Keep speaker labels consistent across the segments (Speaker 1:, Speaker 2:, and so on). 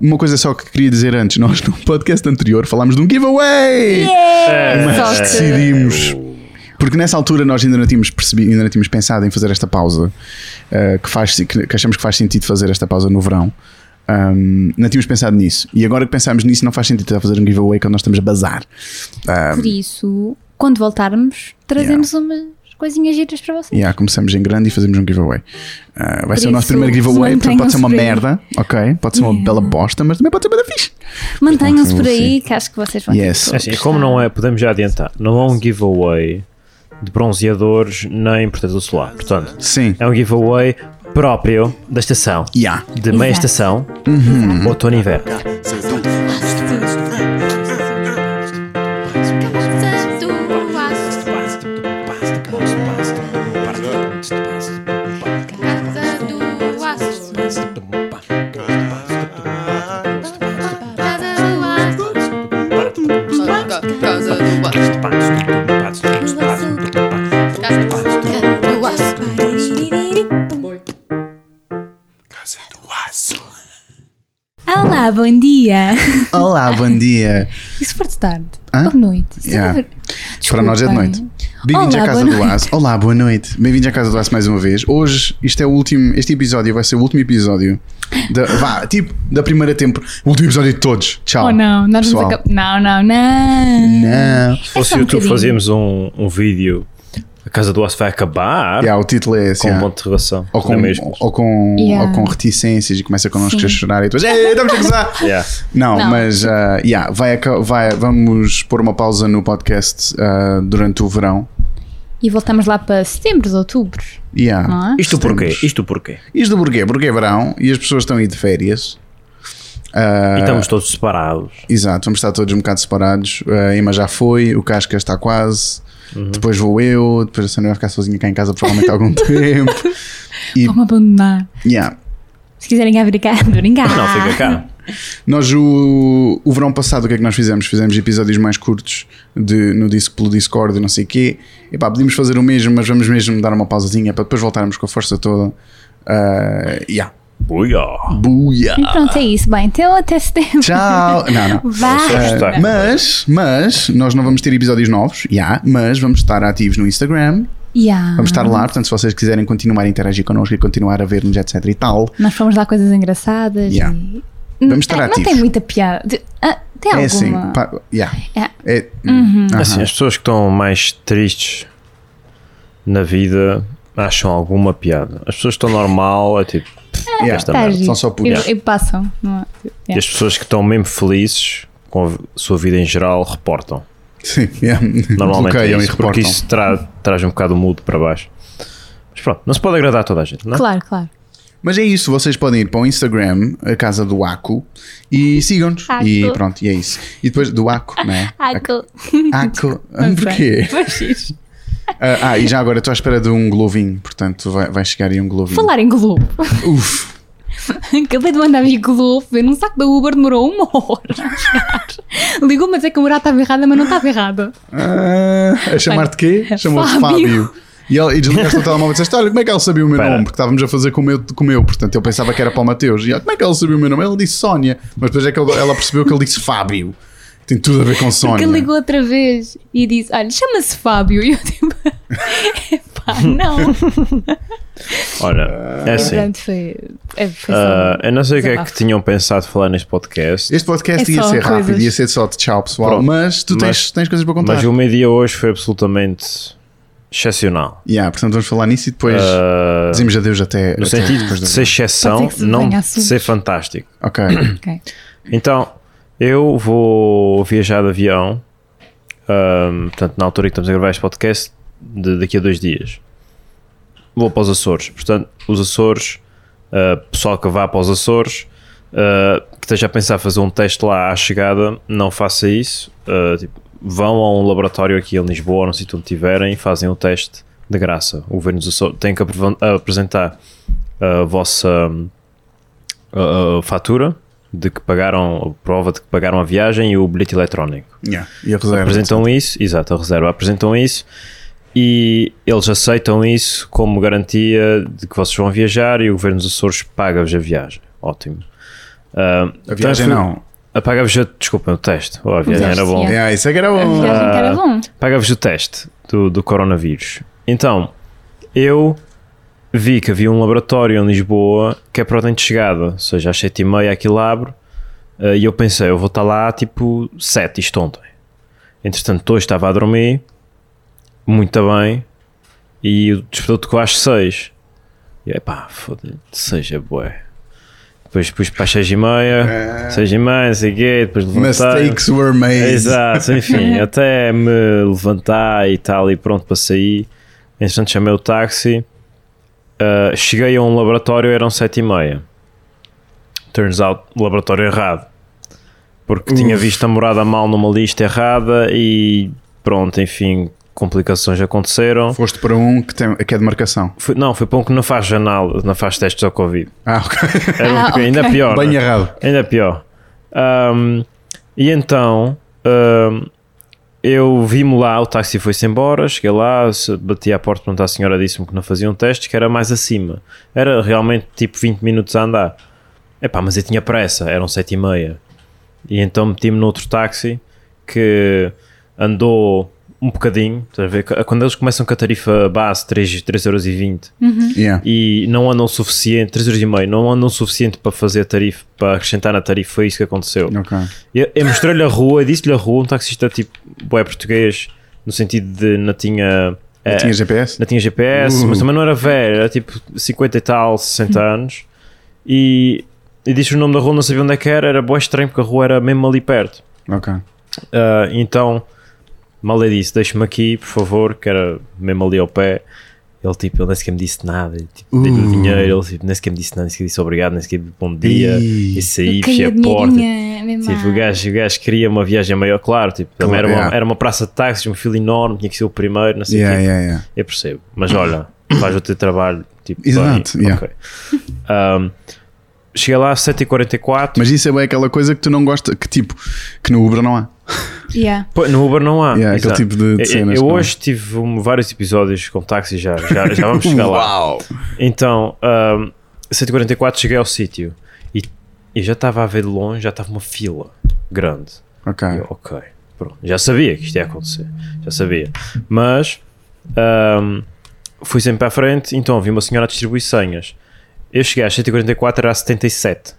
Speaker 1: uma coisa só que queria dizer antes: nós no podcast anterior falámos de um giveaway! Mas
Speaker 2: Sorte.
Speaker 1: decidimos. Porque nessa altura nós ainda não tínhamos percebido, ainda não tínhamos pensado em fazer esta pausa, eh, que, faz, que, que achamos que faz sentido fazer esta pausa no verão. Ahm, não tínhamos pensado nisso. E agora que pensámos nisso, não faz sentido estar a fazer um giveaway quando nós estamos a bazar. Ahm,
Speaker 2: Por isso, quando voltarmos, trazemos umas coisinhas giras para vocês.
Speaker 1: E yeah, começamos em grande e fazemos um giveaway. Ah, vai ser o nosso
Speaker 2: isso,
Speaker 1: primeiro giveaway, portanto pode ser uma
Speaker 2: mantenham-se
Speaker 1: merda, ok? Pode ser uma bela bosta, mas também pode ser uma da fixe.
Speaker 2: Mantenham-se por
Speaker 1: Sim.
Speaker 2: aí, que acho que vocês vão
Speaker 1: Yes.
Speaker 2: ter.
Speaker 3: Assim, como não é, podemos já adiantar, não há um giveaway de bronzeadores nem protetor solar. Portanto,
Speaker 1: Sim.
Speaker 3: é um giveaway próprio da estação.
Speaker 1: Yeah.
Speaker 3: De meia
Speaker 2: Exato.
Speaker 3: estação,
Speaker 1: Uhum.
Speaker 3: outono e inverno.
Speaker 2: Olá, bom dia!
Speaker 1: Olá, bom dia.
Speaker 2: E se for de tarde?
Speaker 1: Hã?
Speaker 2: Boa noite. Isso tem
Speaker 1: Yeah.
Speaker 2: a ver-
Speaker 1: Para nós é de
Speaker 2: Desculpem.
Speaker 1: noite. Bem-vindos
Speaker 2: Olá,
Speaker 1: à Casa
Speaker 2: boa
Speaker 1: do
Speaker 2: noite.
Speaker 1: Aço. Olá, boa noite. Bem-vindos à Casa do Aço mais uma vez. Hoje, isto é o último, este episódio vai ser o último episódio da, vá, tipo, da primeira temporada. Último episódio de todos. Tchau.
Speaker 2: Oh não, nós vamos
Speaker 1: Pessoal.
Speaker 2: acabar. Não, não, não!
Speaker 1: Não.
Speaker 3: Ou se
Speaker 2: um
Speaker 3: o YouTube
Speaker 2: bocadinho.
Speaker 3: fazemos um, um vídeo, a Casa do Aço vai acabar
Speaker 1: Yeah, o título é esse.
Speaker 3: com um
Speaker 1: yeah.
Speaker 3: monte de interrogação.
Speaker 1: Ou
Speaker 3: não é
Speaker 1: com, um-
Speaker 3: mesmo?
Speaker 1: ou, com,
Speaker 2: Yeah.
Speaker 1: ou com reticências e começa connosco
Speaker 2: Sim.
Speaker 1: a chorar e depois "Ei, estamos a gozar.
Speaker 3: Yeah.
Speaker 1: Não,
Speaker 2: Não.
Speaker 1: mas ah, yeah, vai, aca- vai- vamos pôr uma pausa no podcast ah, durante o verão.
Speaker 3: é-
Speaker 2: E voltamos lá para setembro, outubro,
Speaker 1: Yeah.
Speaker 2: não é?
Speaker 3: Isto porquê?
Speaker 1: Estamos-
Speaker 3: Isto porquê?
Speaker 1: Isto porquê? Porque é verão e as pessoas estão aí de férias. Ah,
Speaker 3: E estamos todos separados.
Speaker 1: Exato, vamos estar todos um bocado separados. A Emma já foi, o Casca está quase.
Speaker 3: Uhum.
Speaker 1: Depois vou eu, depois a Sandra vai ficar sozinha cá em casa provavelmente há algum tempo.
Speaker 2: Vão-me abandonar.
Speaker 1: Yeah.
Speaker 2: Se quiserem cá brincar, brincar.
Speaker 3: Não, fica cá.
Speaker 1: Nós, o, o verão passado, o que é que nós fizemos? Fizemos episódios mais curtos de, no disco, pelo Discord e não sei o quê. E pá, podíamos fazer o mesmo, mas vamos mesmo dar uma pausazinha para depois voltarmos com a força toda. Uh, yeah.
Speaker 3: Buia!
Speaker 1: Buia!
Speaker 2: E pronto, é isso. Bem, então até setembro.
Speaker 1: Tchau! Não, não.
Speaker 2: Vai!
Speaker 3: Está.
Speaker 1: Uh, mas, mas, nós não vamos ter episódios novos, yeah, mas vamos estar ativos no Instagram,
Speaker 2: Yeah.
Speaker 1: vamos estar lá, portanto, se vocês quiserem continuar a interagir connosco e continuar a ver-nos, etc e tal,
Speaker 2: Nós fomos lá coisas engraçadas
Speaker 1: Yeah.
Speaker 2: e...
Speaker 1: Vamos estar
Speaker 2: É, Não
Speaker 1: ativos.
Speaker 2: tem muita piada. De- ah, tem
Speaker 1: é
Speaker 2: alguma.
Speaker 1: assim, pá, yeah.
Speaker 2: É.
Speaker 1: É-
Speaker 3: Assim, as pessoas que estão mais tristes na vida acham alguma piada. As pessoas que estão normal é tipo.
Speaker 1: yeah.
Speaker 3: esta
Speaker 2: Tá
Speaker 3: merda.
Speaker 2: giro.
Speaker 1: São só putos.
Speaker 2: E, e passam. Não é?
Speaker 3: E
Speaker 2: Yeah.
Speaker 3: as pessoas que estão mesmo felizes com a sua vida em geral reportam.
Speaker 1: Sim, yeah.
Speaker 3: Normalmente é
Speaker 1: Bloqueiam
Speaker 3: isso,
Speaker 1: e
Speaker 3: porque
Speaker 1: reportam.
Speaker 3: isso tra- traz um bocado o mudo para baixo. Mas pronto, não se pode agradar a toda a gente, não é?
Speaker 2: Claro, claro.
Speaker 1: Mas é isso, vocês podem ir para o Instagram, a casa do Aco, e sigam-nos.
Speaker 2: Aco.
Speaker 1: E pronto, e é isso. E depois do Aco, não é? Aco.
Speaker 2: Não sei.
Speaker 1: Porquê?
Speaker 2: Pois giro.
Speaker 1: Ah, ah, e já agora estou à espera de um globinho, portanto vai, vai chegar aí um globinho.
Speaker 2: Falar em Globo.
Speaker 1: Uf,
Speaker 2: Acabei de mandar vir Globo ver um saco da Uber, demorou uma hora. a chegar. Ligou-me a dizer que a morada estava errada, mas não estava errada.
Speaker 1: Ah, a chamar-te quê? Chamou-te
Speaker 2: Fábio.
Speaker 1: Fábio. E, ele, e desligaste o telemóvel e disseste: Olha, como é que ele sabia o meu
Speaker 3: Espera.
Speaker 1: nome? Porque estávamos a fazer com o meu, com o meu, portanto ele pensava que era para o Mateus. E ela, como é que ele sabia o meu nome? Ele disse Sónia, mas depois é que ele- ela percebeu que ele disse Fábio. Tem tudo a ver com
Speaker 2: Porque
Speaker 1: Sónia.
Speaker 2: ligou outra vez e disse: Olha, chama-se Fábio. E eu tipo: Epá, não.
Speaker 3: Olha,
Speaker 1: Ah.
Speaker 3: é assim.
Speaker 2: Portanto, foi. é- foi só-
Speaker 3: ah, eu não sei o que é que
Speaker 2: desabafo.
Speaker 3: tinham pensado falar neste podcast,
Speaker 1: Este podcast
Speaker 2: É
Speaker 1: ia
Speaker 2: só
Speaker 1: ser rápido,
Speaker 2: coisas.
Speaker 1: ia ser só de tchau pessoal,
Speaker 3: Pronto.
Speaker 1: mas tu tens,
Speaker 3: Mas-
Speaker 1: tens coisas para contar.
Speaker 3: mas o meu dia hoje foi absolutamente excepcional.
Speaker 1: Yeah, portanto vamos falar nisso e depois
Speaker 3: Ah,
Speaker 1: dizemos adeus até. até
Speaker 3: no sentido
Speaker 1: depois
Speaker 3: de
Speaker 1: do-
Speaker 3: ser exceção,
Speaker 2: Pode ser que se
Speaker 3: não
Speaker 2: venha
Speaker 3: de
Speaker 2: assuntos.
Speaker 3: ser fantástico.
Speaker 1: Ok.
Speaker 2: Ok.
Speaker 3: Então, eu vou viajar de avião, ahm, portanto, na altura em que estamos a gravar este podcast, de- daqui a dois dias. Vou para os Açores. Portanto, os Açores, ah, pessoal que vá para os Açores, ah, que esteja a pensar fazer um teste lá à chegada, não faça isso. Ah, tipo, vão a um laboratório aqui em Lisboa, não sei onde tiverem, e fazem o teste de graça. O governo dos Açores tem que aprov- apresentar a vossa a, a fatura de que pagaram, a prova de que pagaram a viagem e o bilhete eletrónico.
Speaker 1: Yeah. E a reserva.
Speaker 3: Apresentam isso, exato, a reserva, apresentam isso e eles aceitam isso como garantia de que vocês vão viajar e o governo dos Açores paga-vos a viagem. Ótimo. Ah,
Speaker 1: A viagem
Speaker 3: então,
Speaker 1: não.
Speaker 3: Apagava-vos, o- desculpem, o teste. Oh, a viagem
Speaker 2: teste,
Speaker 3: era bom.
Speaker 2: yeah.
Speaker 1: É, isso é que era
Speaker 2: A
Speaker 1: bom.
Speaker 3: Ah,
Speaker 2: viagem que era bom.
Speaker 3: Pagava-vos o teste do, do coronavírus. Então, eu vi que havia um laboratório em Lisboa que é para ordem de chegada, ou seja, às 7h30 aquilo abre, eh, e eu pensei, eu vou estar lá tipo 7, isto ontem. Entretanto, hoje estava a dormir, muito bem, e o despertador tocou às 6. E aí pá, foda-se, 6 é bué. Depois pus para as 6h30, 6h30, não sei o quê, depois levantei.
Speaker 1: Mistakes were made.
Speaker 3: Exato, enfim, até me levantar e tal, e pronto para sair. Entretanto, chamei o táxi. Uh, cheguei a um laboratório, eram sete e meia. Turns out, laboratório errado. Porque tinha visto a morada mal numa lista errada e pronto, enfim, complicações aconteceram.
Speaker 1: Foste para um que, tem, que é de marcação.
Speaker 3: Fui- não, foi para um que não faz janal, não faz testes ao Covid.
Speaker 1: Ah, ok.
Speaker 3: Era um
Speaker 2: Ah,
Speaker 3: pequeno- ainda
Speaker 2: ok.
Speaker 3: pior.
Speaker 1: Bem errado.
Speaker 3: Ainda é pior. Ahm, e então ahm, eu vi-me lá, o táxi foi-se embora, cheguei lá, se- bati à porta, pronto, a senhora disse-me que não faziam testes, que era mais acima. Era realmente tipo 20 minutos a andar. Epá, mas eu tinha pressa, eram 7 e meia. E então meti-me noutro táxi que andou um bocadinho, estás a ver? Quando eles começam com a tarifa base 3, 3,20€
Speaker 1: Yeah.
Speaker 3: e não andam o suficiente, 3 euros e meio, não andam o suficiente para fazer a tarifa, para acrescentar na tarifa, foi isso que aconteceu.
Speaker 1: Ok.
Speaker 3: Eu, eu mostrei-lhe a rua, disse-lhe a rua, um taxista tipo, boé português, no sentido de não tinha, eh,
Speaker 1: Não tinha GPS?
Speaker 3: não tinha GPS,
Speaker 1: Uh.
Speaker 3: mas também não era velho, era tipo 50 e tal, 60
Speaker 1: Uhum.
Speaker 3: anos, e, e disse o nome da rua, não sabia onde é que era, era boé estranho porque a rua era mesmo ali perto.
Speaker 1: Ok.
Speaker 3: Ah, então, mal eu disse, deixa-me aqui, por favor, que era mesmo ali ao pé. Ele, tipo, ele nem sequer me disse nada. eu, Tipo, Dei-lhe o
Speaker 1: Uh.
Speaker 3: dinheiro, ele, tipo, nem sequer me disse nada, nem sequer disse obrigado, nem sequer disse bom dia.
Speaker 1: Ih.
Speaker 3: E saí, fechei
Speaker 2: Caiu
Speaker 3: a
Speaker 2: a
Speaker 3: porta.
Speaker 2: dinheirinha, mesmo.
Speaker 3: Tipo, o, gajo, o gajo queria uma viagem maior, claro. Tipo, também era, uma,
Speaker 1: yeah.
Speaker 3: era uma praça de táxis, um filo enorme, tinha que ser o primeiro, não sei o
Speaker 1: Yeah,
Speaker 3: quê.
Speaker 1: yeah, yeah.
Speaker 3: Eu percebo, mas olha, faz o teu trabalho. Tipo, bem,
Speaker 1: Exato, yeah.
Speaker 3: ok. Ah, cheguei lá às 7h44.
Speaker 1: Mas isso é bem aquela coisa que tu não gosta, que tipo, que no Uber não há.
Speaker 2: Yeah.
Speaker 3: Pô, No Uber não há.
Speaker 1: Yeah, aquele
Speaker 3: exato.
Speaker 1: tipo de- de
Speaker 3: Eu-
Speaker 1: cenas
Speaker 3: Eu,
Speaker 1: que não-
Speaker 3: hoje tive um, vários episódios com táxi já, já, já vamos chegar lá.
Speaker 1: Uau!
Speaker 3: Então, ahm, 144 cheguei ao sítio e eu já estava a ver de longe, já estava uma fila grande.
Speaker 1: Ok.
Speaker 3: Eu, ok, pronto. Já sabia que isto ia acontecer. Já sabia. Mas ahm, fui sempre para a frente, então vi uma senhora a distribuir senhas. Eu cheguei às 144, era a 77. Ou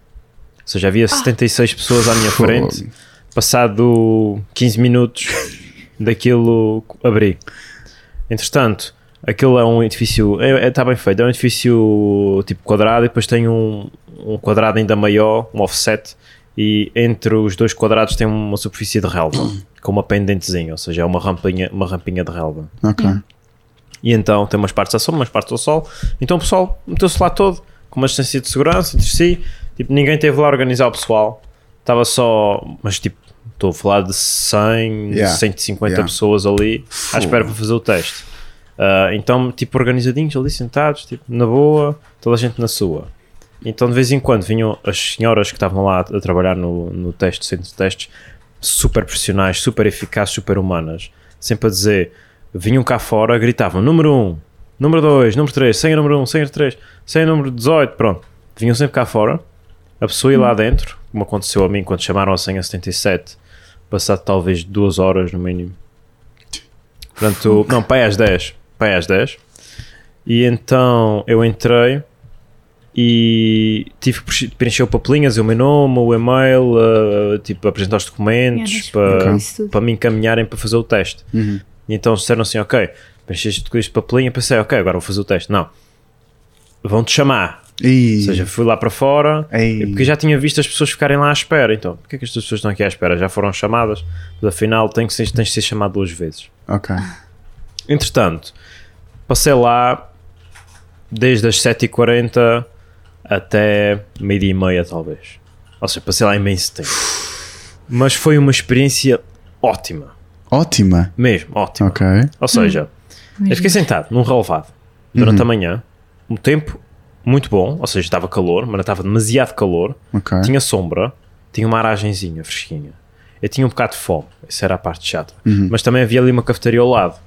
Speaker 3: seja, havia 76 pessoas à minha
Speaker 1: Fogo.
Speaker 3: frente. Passado 15 minutos daquilo, abri. Entretanto, aquilo é um edifício. Está é, tá bem feito. É um edifício tipo quadrado e depois tem um, um quadrado ainda maior, um offset. E entre os dois quadrados tem uma superfície de relva com uma pendentezinha, ou seja, é uma rampinha, uma rampinha de relva.
Speaker 1: Ok.
Speaker 3: E então tem umas partes à sombra, umas partes ao sol. Então o pessoal meteu-se lá todo, com uma distância de segurança entre si. Tipo, ninguém teve lá a organizar o pessoal. Estava só, mas tipo, estou a falar de 100,
Speaker 1: Yeah.
Speaker 3: 150
Speaker 1: Yeah.
Speaker 3: pessoas ali à espera para fazer o teste. Ah, então, tipo, organizadinhos ali sentados, tipo, na boa, toda a gente na sua. Então, de vez em quando, vinham as senhoras que estavam lá a trabalhar no, no teste, centro de testes, super profissionais, super eficazes, super humanas. Sempre a dizer, vinham cá fora, gritavam número 1, número 2, número 3, sem o número 1, sem o 3, sem o número 18, pronto. Vinham sempre cá fora, a pessoa ia lá
Speaker 1: Hum.
Speaker 3: dentro, como aconteceu a mim quando chamaram a senha 77, passado talvez duas horas no mínimo. Portanto, não, pai às 10. Pai às 10. E então eu entrei e tive que preenche- preencher o papelinhas, o meu nome, o e-mail, eh, tipo, apresentar os documentos
Speaker 2: Merdas,
Speaker 3: para,
Speaker 2: isso tudo.
Speaker 3: para me encaminharem para fazer o teste. E então disseram assim: ok, preencheste tudo isto de papelinha, pensei, ok, agora vou fazer o teste. Não. Vão-te chamar.
Speaker 1: Ih.
Speaker 3: Ou seja, fui lá para fora
Speaker 1: Ei.
Speaker 3: porque já tinha visto as pessoas ficarem lá à espera. Então, porque é que estas pessoas estão aqui à espera? Já foram chamadas, mas afinal tem que ser, tens de ser chamado duas vezes.
Speaker 1: Ok.
Speaker 3: Entretanto, passei lá desde as 7h40 até meio-dia e meia, talvez. Ou seja, passei lá imenso tempo. Mas foi uma experiência ótima.
Speaker 1: Ótima.
Speaker 3: Mesmo, ótima.
Speaker 1: Ok.
Speaker 3: Ou seja, eu fiquei sentado num relevado
Speaker 1: Uhum.
Speaker 3: durante a manhã, um tempo muito bom, ou seja, estava calor, mas não estava demasiado calor,
Speaker 1: Ok.
Speaker 3: tinha sombra, tinha uma aragenzinha fresquinha. Eu tinha um bocado de fome, isso era a parte chata.
Speaker 1: Uhum.
Speaker 3: Mas também havia ali uma cafetaria ao lado.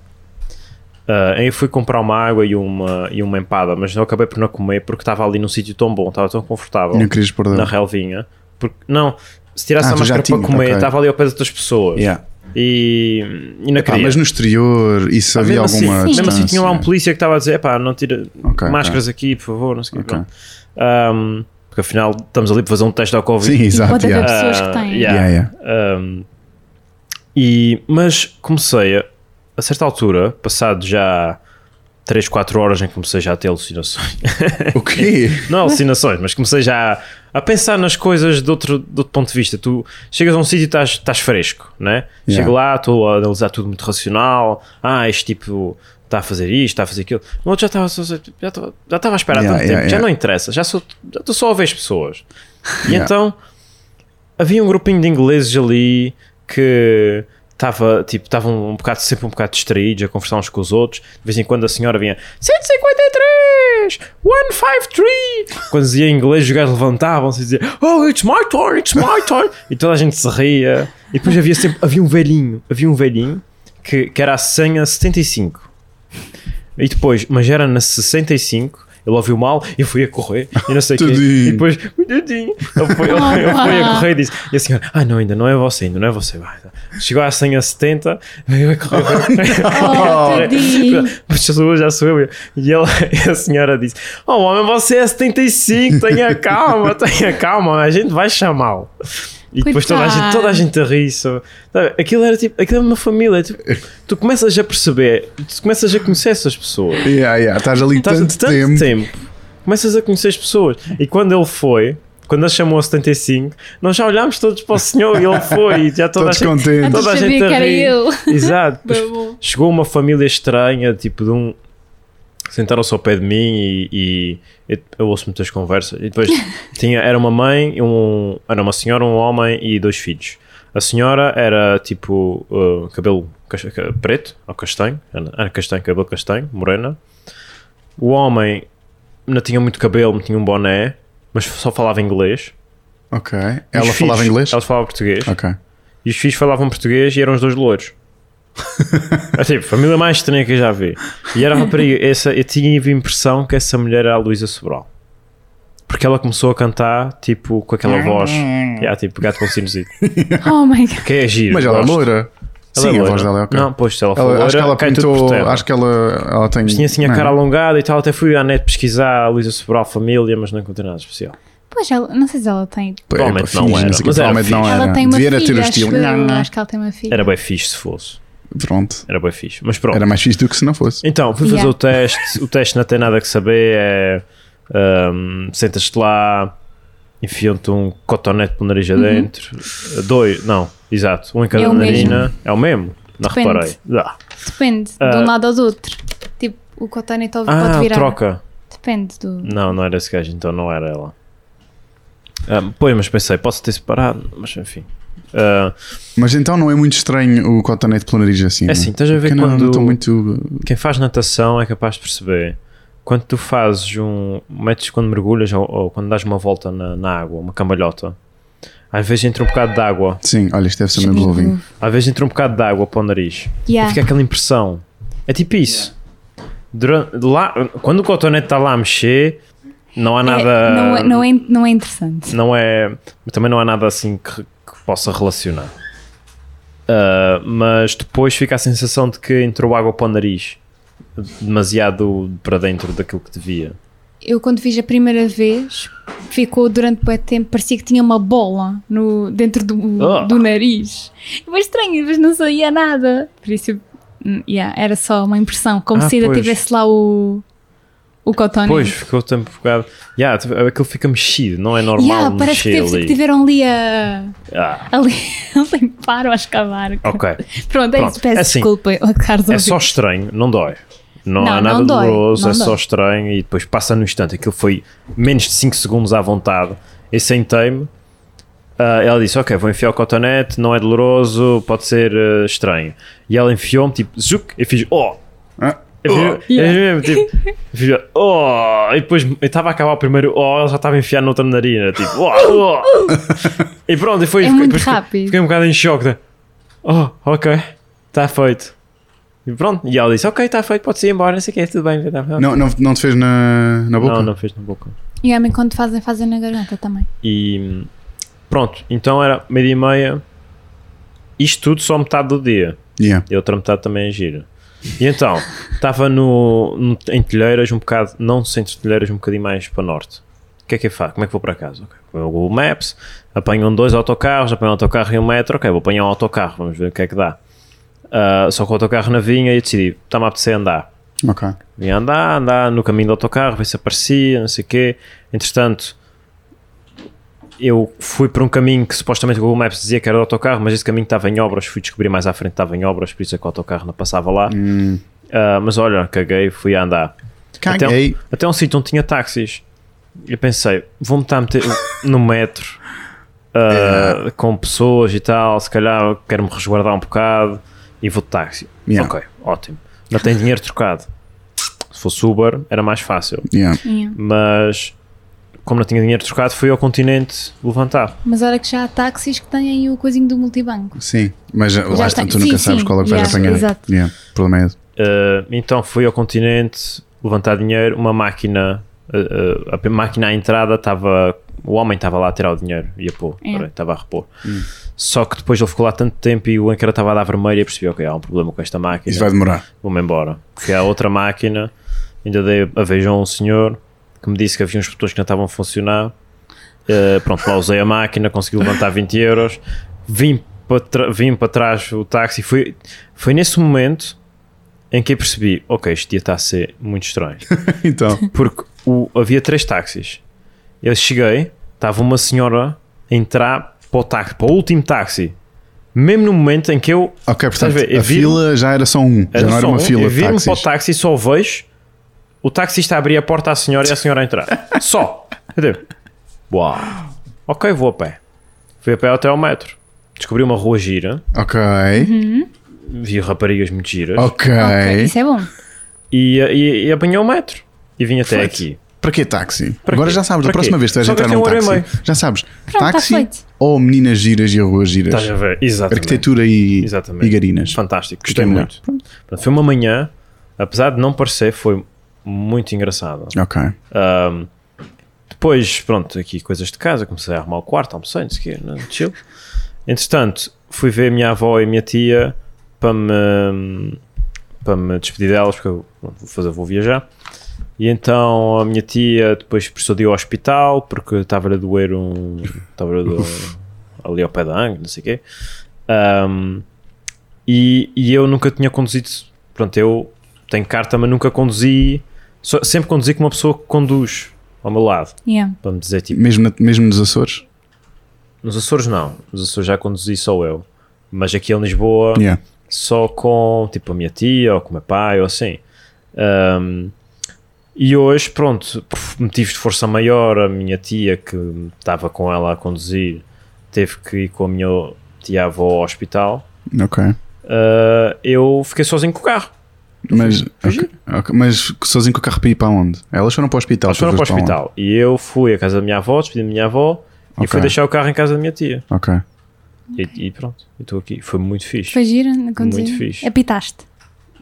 Speaker 3: Ah, eu fui comprar uma água e uma, e uma empada, mas não acabei por não comer porque estava ali num sítio tão bom, estava tão confortável
Speaker 1: Não querias perder.
Speaker 3: um na relvinha Porque, não, se tirasse
Speaker 1: Ah,
Speaker 3: a
Speaker 1: tu já
Speaker 3: máscara para
Speaker 1: tinha,
Speaker 3: comer,
Speaker 1: ok.
Speaker 3: estava ali ao pé das outras pessoas.
Speaker 1: Yeah.
Speaker 3: E, e não
Speaker 1: Pá,
Speaker 3: queria.
Speaker 1: mas no exterior, isso
Speaker 3: Ah,
Speaker 1: havia
Speaker 3: mesmo assim-
Speaker 1: alguma.
Speaker 3: Mesmo assim,
Speaker 1: distância?
Speaker 3: tinha lá um polícia que estava a dizer: pá, não tira
Speaker 1: Ok,
Speaker 3: máscaras aqui, por favor, não sei o que.
Speaker 1: Ok.
Speaker 3: pronto. Ahm, porque afinal estamos ali para fazer um teste ao Covid.
Speaker 1: Sim, exato.
Speaker 2: pode haver
Speaker 1: yeah.
Speaker 2: pessoas é que
Speaker 3: Ah,
Speaker 2: têm.
Speaker 3: yeah. Um, e, mas comecei a, a certa altura, passado já 3, 4 horas em que comecei já a ter alucinações.
Speaker 1: O quê?
Speaker 3: Não alucinações, mas comecei já a, a pensar nas coisas de outro, de outro ponto de vista. Tu chegas a um sítio e estás, estás fresco, né?
Speaker 1: Yeah.
Speaker 3: Chego lá, estou a analisar tudo muito racional. Ah, este tipo está a fazer isto, está a fazer aquilo. No outro já estava só- já estava já estava a esperar há
Speaker 1: Yeah,
Speaker 3: tanto
Speaker 1: yeah,
Speaker 3: tempo, já
Speaker 1: yeah.
Speaker 3: não interessa, já sou- já estou só a ver as pessoas. E
Speaker 1: Yeah.
Speaker 3: então havia um grupinho de ingleses ali que estava tipo, estavam um bocado, sempre um bocado distraídos a conversar uns com os outros. De vez em quando a senhora vinha 153, 153. Quando dizia em inglês, os gajos levantavam-se e diziam Oh, it's my turn, it's my turn. E toda a gente se ria. E depois havia sempre, havia um velhinho, havia um velhinho que, que era a senha 75. E depois, mas era na 65, ele ouviu mal e foi a correr, e não sei o quê.
Speaker 1: Tadinho.
Speaker 3: E depois, tadinho, ele foi, ele foi- ele foi
Speaker 2: Ah.
Speaker 3: a correr e disse, e a senhora, ah não, ainda não é você, ainda não é você. Vai. Chegou à senha 70, veio a correr.
Speaker 2: Oh, tadinho.
Speaker 3: Mas já sou eu, já sou eu. E ela, a senhora disse, oh homem, você é 75, tenha calma, tenha calma, a gente vai chamá-lo. E depois toda a gente, toda a gente a rir. só- Sabe, Aquilo era tipo, aquilo era uma família. tipo, tu começas a perceber, tu começas a conhecer essas pessoas.
Speaker 1: Yeah, yeah. Estás ali
Speaker 3: Estás
Speaker 1: tanto,
Speaker 3: tanto,
Speaker 1: tempo.
Speaker 3: tanto tempo. começas a conhecer as pessoas. E quando ele foi, quando ele chamou a 75, nós já olhámos todos para o senhor e ele foi. E já toda
Speaker 1: Todos
Speaker 3: a gente,
Speaker 1: contentes.
Speaker 3: toda a
Speaker 2: Antes
Speaker 3: gente
Speaker 2: sabia
Speaker 3: a
Speaker 2: que era
Speaker 3: rir.
Speaker 2: eu.
Speaker 3: Exato. Depois
Speaker 2: Bom.
Speaker 3: Chegou uma família estranha, tipo de um. Sentaram-se ao pé de mim e, e eu, eu ouço muitas conversas. E depois tinha, era uma mãe, e um, era uma senhora, um homem e dois filhos. A senhora era tipo uh, cabelo cas- ca- preto ou castanho, era era castanho, cabelo castanho, morena. O homem não tinha muito cabelo, não tinha um boné, mas só falava inglês.
Speaker 1: Ok.
Speaker 3: E os
Speaker 1: Ela
Speaker 3: filhos-
Speaker 1: falava inglês?
Speaker 3: Ela falava português.
Speaker 1: Ok.
Speaker 3: E os filhos falavam português e eram os dois loiros. é tipo, família mais estranha que eu já vi. E era a rapariga, essa, eu tinha a impressão que essa mulher era a Luísa Sobral. Porque ela começou a cantar, tipo, com
Speaker 1: Hum.
Speaker 3: aquela voz. Yeah, tipo, gato com sinusite.
Speaker 2: Oh my god.
Speaker 3: Que é giro.
Speaker 1: Mas ela é
Speaker 3: gosto.
Speaker 1: loira.
Speaker 3: Ela
Speaker 1: Sim, a
Speaker 3: loira.
Speaker 1: voz dela é ok.
Speaker 3: Não, pois, se ela foi
Speaker 1: Ela-
Speaker 3: loira,
Speaker 1: acho que ela
Speaker 3: cai tudo por
Speaker 1: pintou.
Speaker 3: terra.
Speaker 1: Acho que ela, ela tem.
Speaker 3: Mas tinha assim a
Speaker 1: não. é?
Speaker 3: cara alongada e tal. Até fui à net pesquisar a Luísa Sobral família, mas não encontrei nada especial.
Speaker 2: Pois, ela, não sei se ela tem.
Speaker 1: Pô, é,
Speaker 3: Provavelmente
Speaker 1: pá,
Speaker 3: não
Speaker 1: finge,
Speaker 3: era,
Speaker 1: sei o quê,
Speaker 3: mas é, era
Speaker 1: provavelmente não
Speaker 3: fixe.
Speaker 1: era.
Speaker 2: Ela tem uma
Speaker 1: Devia
Speaker 2: filha,
Speaker 1: ter o
Speaker 2: acho,
Speaker 1: estilo.
Speaker 2: eu,
Speaker 1: Não, não.
Speaker 2: acho que ela tem uma filha.
Speaker 3: Era bem fixe se fosse.
Speaker 1: Pronto.
Speaker 3: Era bem fixe. Mas pronto.
Speaker 1: Era mais fixe do que se não fosse.
Speaker 3: Então, fui fazer
Speaker 2: Yeah.
Speaker 3: o teste. O teste não tem nada que saber. É. ahm, Sentas-te lá, enfiam-te um cotonete pelo nariz adentro. Dois, não, exato. Um em cada
Speaker 2: Uhum. É o
Speaker 3: narina. É o mesmo? Não
Speaker 2: Depende.
Speaker 3: reparei. Dá.
Speaker 2: Depende, de
Speaker 3: Ah.
Speaker 2: um lado ou do outro. Tipo, o cotonete ou pode
Speaker 3: Ah,
Speaker 2: virar.
Speaker 3: troca.
Speaker 2: Depende do.
Speaker 3: Não, não era esse gajo, então não era ela. Ahm, pois, mas pensei, posso ter separado, mas enfim. Ah,
Speaker 1: Mas então não é muito estranho o cotonete pelo nariz assim.
Speaker 3: é
Speaker 1: não
Speaker 3: assim, estás a ver
Speaker 1: Porque não-
Speaker 3: quando.
Speaker 1: não estou muito.
Speaker 3: Quem faz natação é capaz de perceber quando tu fazes um. metes quando mergulhas ou, ou quando dás uma volta na, na água, uma cambalhota, às vezes entra um bocado de água,
Speaker 1: Sim, olha, isto deve ser mesmo novinho.
Speaker 3: às vezes entra um bocado de água para o nariz e
Speaker 2: Yeah.
Speaker 3: fica aquela impressão. É tipo isso. Durante- lá, quando o cotonete está lá a mexer, não há nada.
Speaker 2: É, não, é, não, é, não é interessante.
Speaker 3: não é- Também não há nada assim que, que possa relacionar. Ah, mas depois fica a sensação de que entrou água para o nariz demasiado para dentro daquilo que devia.
Speaker 2: Eu, quando fiz a primeira vez, ficou durante muito tempo, parecia que tinha uma bola no, dentro do,
Speaker 3: Ah.
Speaker 2: do nariz. Mas estranho, mas não saía nada. Por isso, hum, yeah, era só uma impressão, como
Speaker 3: Ah,
Speaker 2: se ainda
Speaker 3: pois.
Speaker 2: tivesse lá o, o cotonete.
Speaker 3: Depois ficou tempo bocado. Yeah, t- aquilo fica mexido, não é normal
Speaker 2: Yeah, parece que,
Speaker 3: mexer
Speaker 2: teve-
Speaker 3: ali.
Speaker 2: que tiveram ali a,
Speaker 3: Ah,
Speaker 2: ali a limpar ou a escavar.
Speaker 3: ok.
Speaker 2: Pronto, é isso.
Speaker 3: Pronto,
Speaker 2: Peço
Speaker 3: assim,
Speaker 2: desculpa, Carlos.
Speaker 3: É
Speaker 2: ouvintes.
Speaker 3: só estranho, não dói. Não,
Speaker 2: Não,
Speaker 3: há nada
Speaker 2: não dói,
Speaker 3: doloroso,
Speaker 2: não
Speaker 3: é só
Speaker 2: dói.
Speaker 3: estranho e depois passa no instante. Aquilo foi menos de 5 segundos à vontade. Eu sentei-me. ah, ela disse: Ok, vou enfiar o cotonete, não é doloroso, pode ser ah, estranho. E ela enfiou-me, tipo, zuc, eu fiz, oh!
Speaker 1: Ah.
Speaker 3: Eu fiz- eu mesmo, tipo, eu fiz, oh! E depois eu estava a acabar o primeiro, oh! Ela já estava a enfiar noutra narina, tipo, oh! oh. e pronto, e
Speaker 2: É
Speaker 3: foi fiquei-
Speaker 2: muito
Speaker 3: depois fiquei-
Speaker 2: rápido.
Speaker 3: Fiquei um bocado em choque, de, oh, ok, está feito. E pronto, e ela disse, ok, está feito, pode ir embora, não sei o que, tudo bem. Tá, tá.
Speaker 1: Não, não, não te fez na, na boca?
Speaker 3: não, não fez na boca.
Speaker 2: E homem, quando fazem, fazem na garganta também.
Speaker 3: E, hum, Pronto, então era meio dia e meia. Isto tudo só metade do dia.
Speaker 1: Yeah.
Speaker 3: E a outra metade também é gira. E então, estava no, no- em Telheiras, um bocado, não centro de Telheiras, um bocadinho mais para norte. O que é que eu faço? Como é que vou para casa? Ok, vou ao Google Maps, apanham dois autocarros, apanham um autocarro e um metro, ok, vou apanhar um autocarro, vamos ver o que é que dá. Ah, só com o autocarro na vinha e decidi, está-me a apetecer andar.
Speaker 1: Ok.
Speaker 3: Vinha andar, andar no caminho do autocarro, ver se aparecia, não sei o quê. Entretanto, eu fui por um caminho que supostamente o Google Maps dizia que era do autocarro, mas esse caminho estava em obras, fui descobrir mais à frente que estava em obras, por isso é que o autocarro não passava lá. Ah, mas olha, caguei, fui a andar. Até um,
Speaker 1: Caguei.
Speaker 3: até um sítio onde tinha táxis. Eu pensei, vou-me estar a meter no metro ah, com pessoas e tal, se calhar quero-me resguardar um bocado e vou de táxi.
Speaker 1: Yeah.
Speaker 3: Ok, ótimo. Não tenho dinheiro trocado. Se fosse Uber, era mais fácil.
Speaker 1: Yeah.
Speaker 2: Yeah.
Speaker 3: Mas, como não tinha dinheiro trocado, fui ao continente levantar.
Speaker 2: Mas olha que já há táxis que têm aí o coisinho do multibanco.
Speaker 1: Sim, mas lá está,
Speaker 2: está-
Speaker 1: tu nunca
Speaker 2: sim,
Speaker 1: sabes
Speaker 2: sim,
Speaker 1: qual é que vais
Speaker 2: yeah,
Speaker 1: apanhar.
Speaker 2: exato.
Speaker 1: Yeah, o problema é esse.
Speaker 3: Uh, então fui ao continente levantar dinheiro, uma máquina, uh, uh, a máquina à entrada estava. O homem estava lá a tirar o dinheiro, ia pôr,
Speaker 2: É.
Speaker 3: peraí, estava a repor.
Speaker 1: Hum.
Speaker 3: Só que depois ele ficou lá tanto tempo e o encara estava a dar vermelho e percebi, ok, há um problema com esta máquina,
Speaker 1: Isso vai demorar.
Speaker 3: vou-me embora. Fui à outra máquina, ainda dei a vez a um senhor que me disse que havia uns botões que não estavam a funcionar. Uh, pronto, lá usei a máquina, consegui levantar 20 euros, vim para, tra- vim para trás o táxi. Foi, foi nesse momento em que eu percebi: ok, este dia está a ser muito estranho.
Speaker 1: Então,
Speaker 3: Porque o- havia três táxis. Eu cheguei, estava uma senhora a entrar para o, táxi, para o último táxi. Mesmo no momento em que eu
Speaker 1: ok, portanto,
Speaker 3: Estás a ver, eu
Speaker 1: a
Speaker 3: vi-
Speaker 1: fila já era só um, já não era
Speaker 3: só
Speaker 1: uma
Speaker 3: um,
Speaker 1: fila
Speaker 3: eu
Speaker 1: de
Speaker 3: viro-me para o
Speaker 1: táxis.
Speaker 3: táxi e só vejo o taxista abrir a porta à senhora e a senhora a entrar. Só. Entendeu? Uau. Ok, vou a pé. Fui a pé até ao metro. Descobri uma rua gira,
Speaker 1: Ok,
Speaker 3: vi raparigas muito giras
Speaker 1: ok.
Speaker 2: Uhum. Ok, Isso é bom.
Speaker 3: e, e, e apanhei o metro. E vim até
Speaker 1: Perfeito.
Speaker 3: aqui.
Speaker 2: é
Speaker 1: Para que táxi?
Speaker 3: Para
Speaker 1: Agora
Speaker 3: quê?
Speaker 1: já sabes, da
Speaker 3: Para
Speaker 1: próxima
Speaker 3: quê?
Speaker 1: vez que tu vais
Speaker 3: Só
Speaker 1: entrar
Speaker 3: gastei
Speaker 1: num
Speaker 3: uma hora e
Speaker 1: táxi,
Speaker 3: meia.
Speaker 1: já sabes,
Speaker 2: tá
Speaker 1: táxi
Speaker 2: feito.
Speaker 1: ou meninas giras e ruas giras?
Speaker 3: Estás a ver? Exatamente.
Speaker 1: Arquitetura e
Speaker 3: Exatamente.
Speaker 1: ligarinas.
Speaker 3: Fantástico.
Speaker 1: Gostei
Speaker 3: Gostei
Speaker 1: muito.
Speaker 3: muito. Portanto, foi uma manhã, apesar de não parecer, foi muito engraçada.
Speaker 1: Ok,
Speaker 3: Um, depois, pronto, aqui coisas de casa, comecei a arrumar o quarto, almocei, não sei o quê, né, chill. Entretanto, fui ver a minha avó e a minha tia para me, para me despedir delas, porque eu pronto, vou, fazer, vou viajar. E então a minha tia depois precisou de ir ao hospital porque estava a doer um. Estava a doer ali ao pé da Ang, não sei o quê. Um, e, e eu nunca tinha conduzido. Pronto, eu tenho carta, mas nunca conduzi. só- sempre conduzi com uma pessoa que conduz ao meu lado.
Speaker 2: Yeah.
Speaker 3: Para me dizer, tipo,
Speaker 1: mesmo, na- mesmo nos Açores?
Speaker 3: nos Açores não. Nos Açores já conduzi só eu. Mas aqui em Lisboa,
Speaker 1: Yeah.
Speaker 3: só com tipo a minha tia ou com o meu pai ou assim. Um, e hoje, pronto, por motivos de força maior, a minha tia que estava com ela a conduzir teve que ir com a minha tia-avó ao hospital.
Speaker 1: Ok,
Speaker 3: Uh, eu fiquei sozinho com o carro.
Speaker 1: mas,
Speaker 3: fugi.
Speaker 1: ok, ok. mas sozinho com o carro para ir para onde? Elas foram para o hospital.
Speaker 3: Elas foram
Speaker 1: tu
Speaker 3: para o
Speaker 1: foste onde?
Speaker 3: hospital e eu fui à casa da minha avó, despedi da minha avó
Speaker 1: Ok.
Speaker 3: e fui deixar o carro em casa da minha tia.
Speaker 1: Ok.
Speaker 3: E- E, pronto, eu estou aqui. Foi muito fixe.
Speaker 2: Foi giro, não aconteceu? É
Speaker 3: Muito fixe.
Speaker 2: Apitaste.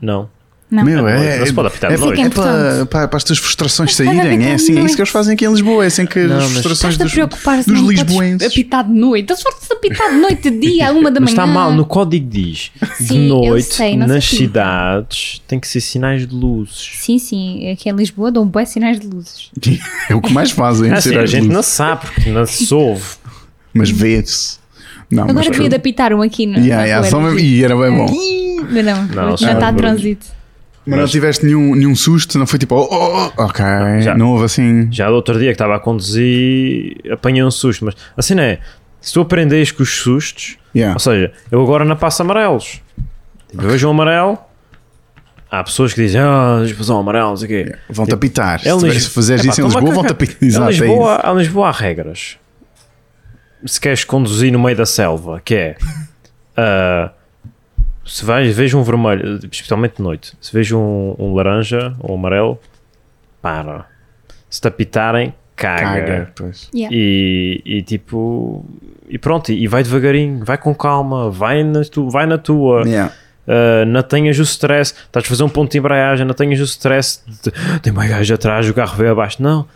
Speaker 3: Não.
Speaker 2: Não.
Speaker 1: Meu,
Speaker 3: noite.
Speaker 1: é,
Speaker 3: Não se pode apitar de
Speaker 1: é,
Speaker 3: noite.
Speaker 1: é
Speaker 2: Fica
Speaker 1: para,
Speaker 2: importante.
Speaker 1: para, para as tuas frustrações
Speaker 2: Mas cada
Speaker 1: saírem.
Speaker 2: vez
Speaker 1: É assim,
Speaker 2: é
Speaker 1: é isso
Speaker 2: noite.
Speaker 1: que eles fazem aqui em Lisboa. É assim que
Speaker 3: Não,
Speaker 1: as
Speaker 3: mas-
Speaker 1: frustrações
Speaker 2: Estás-te a
Speaker 1: dos,
Speaker 2: preocupar se
Speaker 1: dos
Speaker 2: não podes
Speaker 1: lisboenses.
Speaker 2: apitar de noite. Se fosse apitar de noite, de dia, à uma da manhã.
Speaker 3: Mas está mal, no código diz de
Speaker 2: Sim, eu
Speaker 3: noite
Speaker 2: sei, não se
Speaker 3: nas
Speaker 2: apita.
Speaker 3: cidades tem que ser sinais de luzes.
Speaker 2: Sim, sim. Aqui em Lisboa dão bons sinais de luzes.
Speaker 1: É o que mais fazem.
Speaker 3: Ah, sim,
Speaker 1: tirar
Speaker 3: a
Speaker 1: as
Speaker 3: gente
Speaker 1: luzes.
Speaker 3: não sabe porque não se ouve.
Speaker 1: Mas vê-se. Não, mas
Speaker 2: Agora queria
Speaker 1: foi-
Speaker 2: de apitar um aqui, não
Speaker 1: Yeah, yeah, só mesmo- E era bem bom.
Speaker 2: Mas não,
Speaker 3: Não,
Speaker 2: não
Speaker 3: só
Speaker 2: está
Speaker 3: um
Speaker 2: de
Speaker 3: barulho.
Speaker 2: trânsito.
Speaker 1: Mas não
Speaker 3: Mas-
Speaker 1: tiveste nenhum, nenhum susto, não foi tipo, oh, oh, oh. ok,
Speaker 3: já.
Speaker 1: não houve assim.
Speaker 3: Já do outro dia que estava a conduzir, apanhei um susto. Mas assim não é, se tu aprendes com os sustos,
Speaker 1: Yeah.
Speaker 3: Ou seja, eu agora não passo amarelos. Tipo, Eu vejo um amarelo. Há pessoas que dizem, ah, explosão amarelo, não sei o quê.
Speaker 1: Vão-te apitar.
Speaker 3: É
Speaker 1: Se, tiver-
Speaker 3: Lis-
Speaker 1: se fizeres
Speaker 3: Epá,
Speaker 1: isso em
Speaker 3: toma
Speaker 1: Lisboa,
Speaker 3: caca.
Speaker 1: vão-te apitar. Exato,
Speaker 3: Em
Speaker 1: é isso.
Speaker 3: Lisboa, em Lisboa há regras. Se queres conduzir no meio da selva, que é. ah, se vais, vejo um vermelho, especialmente de noite, se vejo um, um laranja ou um amarelo, para. Se te apitarem,
Speaker 1: Caga, pois.
Speaker 2: Yeah.
Speaker 3: e, e, tipo. E pronto, e vai devagarinho, vai com calma, vai na, tu, vai na tua.
Speaker 1: Yeah.
Speaker 3: Uh, não tenhas o stress, estás a fazer um ponto de embreagem, não tenhas o stress de tem uma gaja atrás, o carro veio abaixo. Não,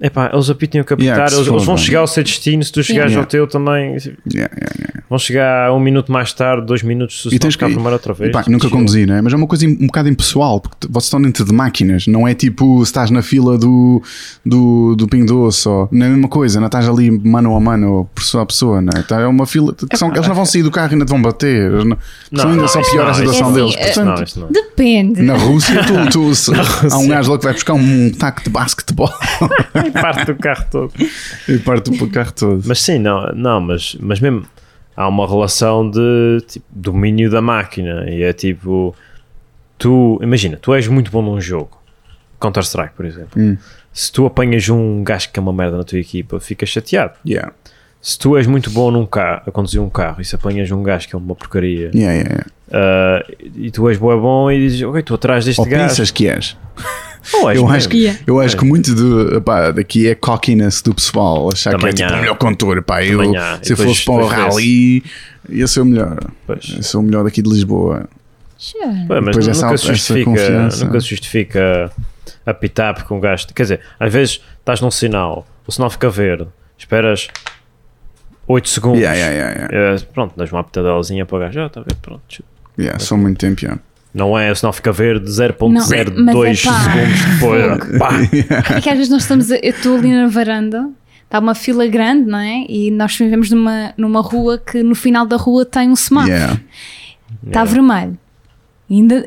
Speaker 3: Epá, eles a ti tinham que apitar,
Speaker 1: Yeah, que se
Speaker 3: eles, eles vão
Speaker 1: fodam.
Speaker 3: chegar ao seu destino, se tu chegares
Speaker 1: Yeah.
Speaker 3: ao teu também,
Speaker 1: Yeah, yeah, yeah.
Speaker 3: vão chegar um minuto mais tarde, dois minutos, se
Speaker 1: E tens
Speaker 3: estão cá
Speaker 1: que-
Speaker 3: primeiro outra vez.
Speaker 1: Epá, nunca
Speaker 3: Chill.
Speaker 1: conduzi, não é? Mas é uma coisa im- um bocado impessoal, porque t- vocês estão dentro de máquinas, não é tipo se estás na fila do, do, do Pingo Doce, ou, não é a mesma coisa, não estás ali mano a mano, pessoa a pessoa, não é? Então é uma fila, t- são- eles não vão sair do carro e ainda te vão bater, eles não, são ainda
Speaker 3: não,
Speaker 1: só
Speaker 3: isso
Speaker 1: pior
Speaker 3: não,
Speaker 1: a
Speaker 3: isso
Speaker 1: situação
Speaker 2: não.
Speaker 1: deles.
Speaker 2: É assim,
Speaker 3: Não,
Speaker 1: Portanto,
Speaker 3: isso não.
Speaker 2: Depende.
Speaker 1: na Rússia, tu, tu- se- há um gajo lá que vai buscar um taco de basquetebol
Speaker 3: Parte do carro todo.
Speaker 1: e parte o carro todo.
Speaker 3: Mas sim, não, não mas, mas mesmo há uma relação de tipo, domínio da máquina e é tipo tu, imagina, tu és muito bom num jogo, Counter-Strike, por exemplo.
Speaker 1: Hum.
Speaker 3: Se tu apanhas um gajo que é uma merda na tua equipa, ficas chateado.
Speaker 1: Yeah.
Speaker 3: Se tu és muito bom num carro, a conduzir um carro e se apanhas um gajo que é uma porcaria
Speaker 1: Yeah, yeah, yeah.
Speaker 3: ah, e tu és boa bom e dizes, ok, estou atrás deste
Speaker 1: Ou
Speaker 3: gajo.
Speaker 1: pensas que és?
Speaker 3: Não és
Speaker 1: Eu
Speaker 3: mesmo.
Speaker 1: acho, que,
Speaker 2: Yeah.
Speaker 1: eu
Speaker 3: É.
Speaker 1: acho que muito do, pá, daqui é cockiness do pessoal, achar
Speaker 3: Também
Speaker 1: que é tipo
Speaker 3: há.
Speaker 1: o melhor contor. Pá, eu,
Speaker 3: Também há.
Speaker 1: se eu
Speaker 3: E depois-
Speaker 1: fosse para o
Speaker 3: depois vê-se.
Speaker 1: rally, ia ser o melhor.
Speaker 3: Pois.
Speaker 1: Eu sou o melhor daqui de Lisboa.
Speaker 2: Sure.
Speaker 3: Pá, mas
Speaker 1: Depois
Speaker 3: nunca,
Speaker 1: essa
Speaker 3: se
Speaker 1: auto- essa
Speaker 3: justifica,
Speaker 1: confiança. é?
Speaker 3: nunca se justifica apitar porque um gajo. Quer dizer, às vezes estás num sinal, o sinal fica verde, esperas 8 segundos.
Speaker 1: Yeah, yeah, yeah, yeah.
Speaker 3: eh, pronto, dás uma apitadelazinha para o gajo, ah, tá vendo, pronto. tchau.
Speaker 1: Yeah, sou muito campeão.
Speaker 3: Não é, o sinal fica verde
Speaker 2: Não, mas
Speaker 3: 0.02
Speaker 2: é pá.
Speaker 3: segundos depois. pá.
Speaker 2: É que às vezes nós estamos. a- Eu estou ali na varanda, está uma fila grande, não é? E nós vivemos numa, numa rua que no final da rua tem um semáforo.
Speaker 1: Yeah.
Speaker 2: Está vermelho. Ainda,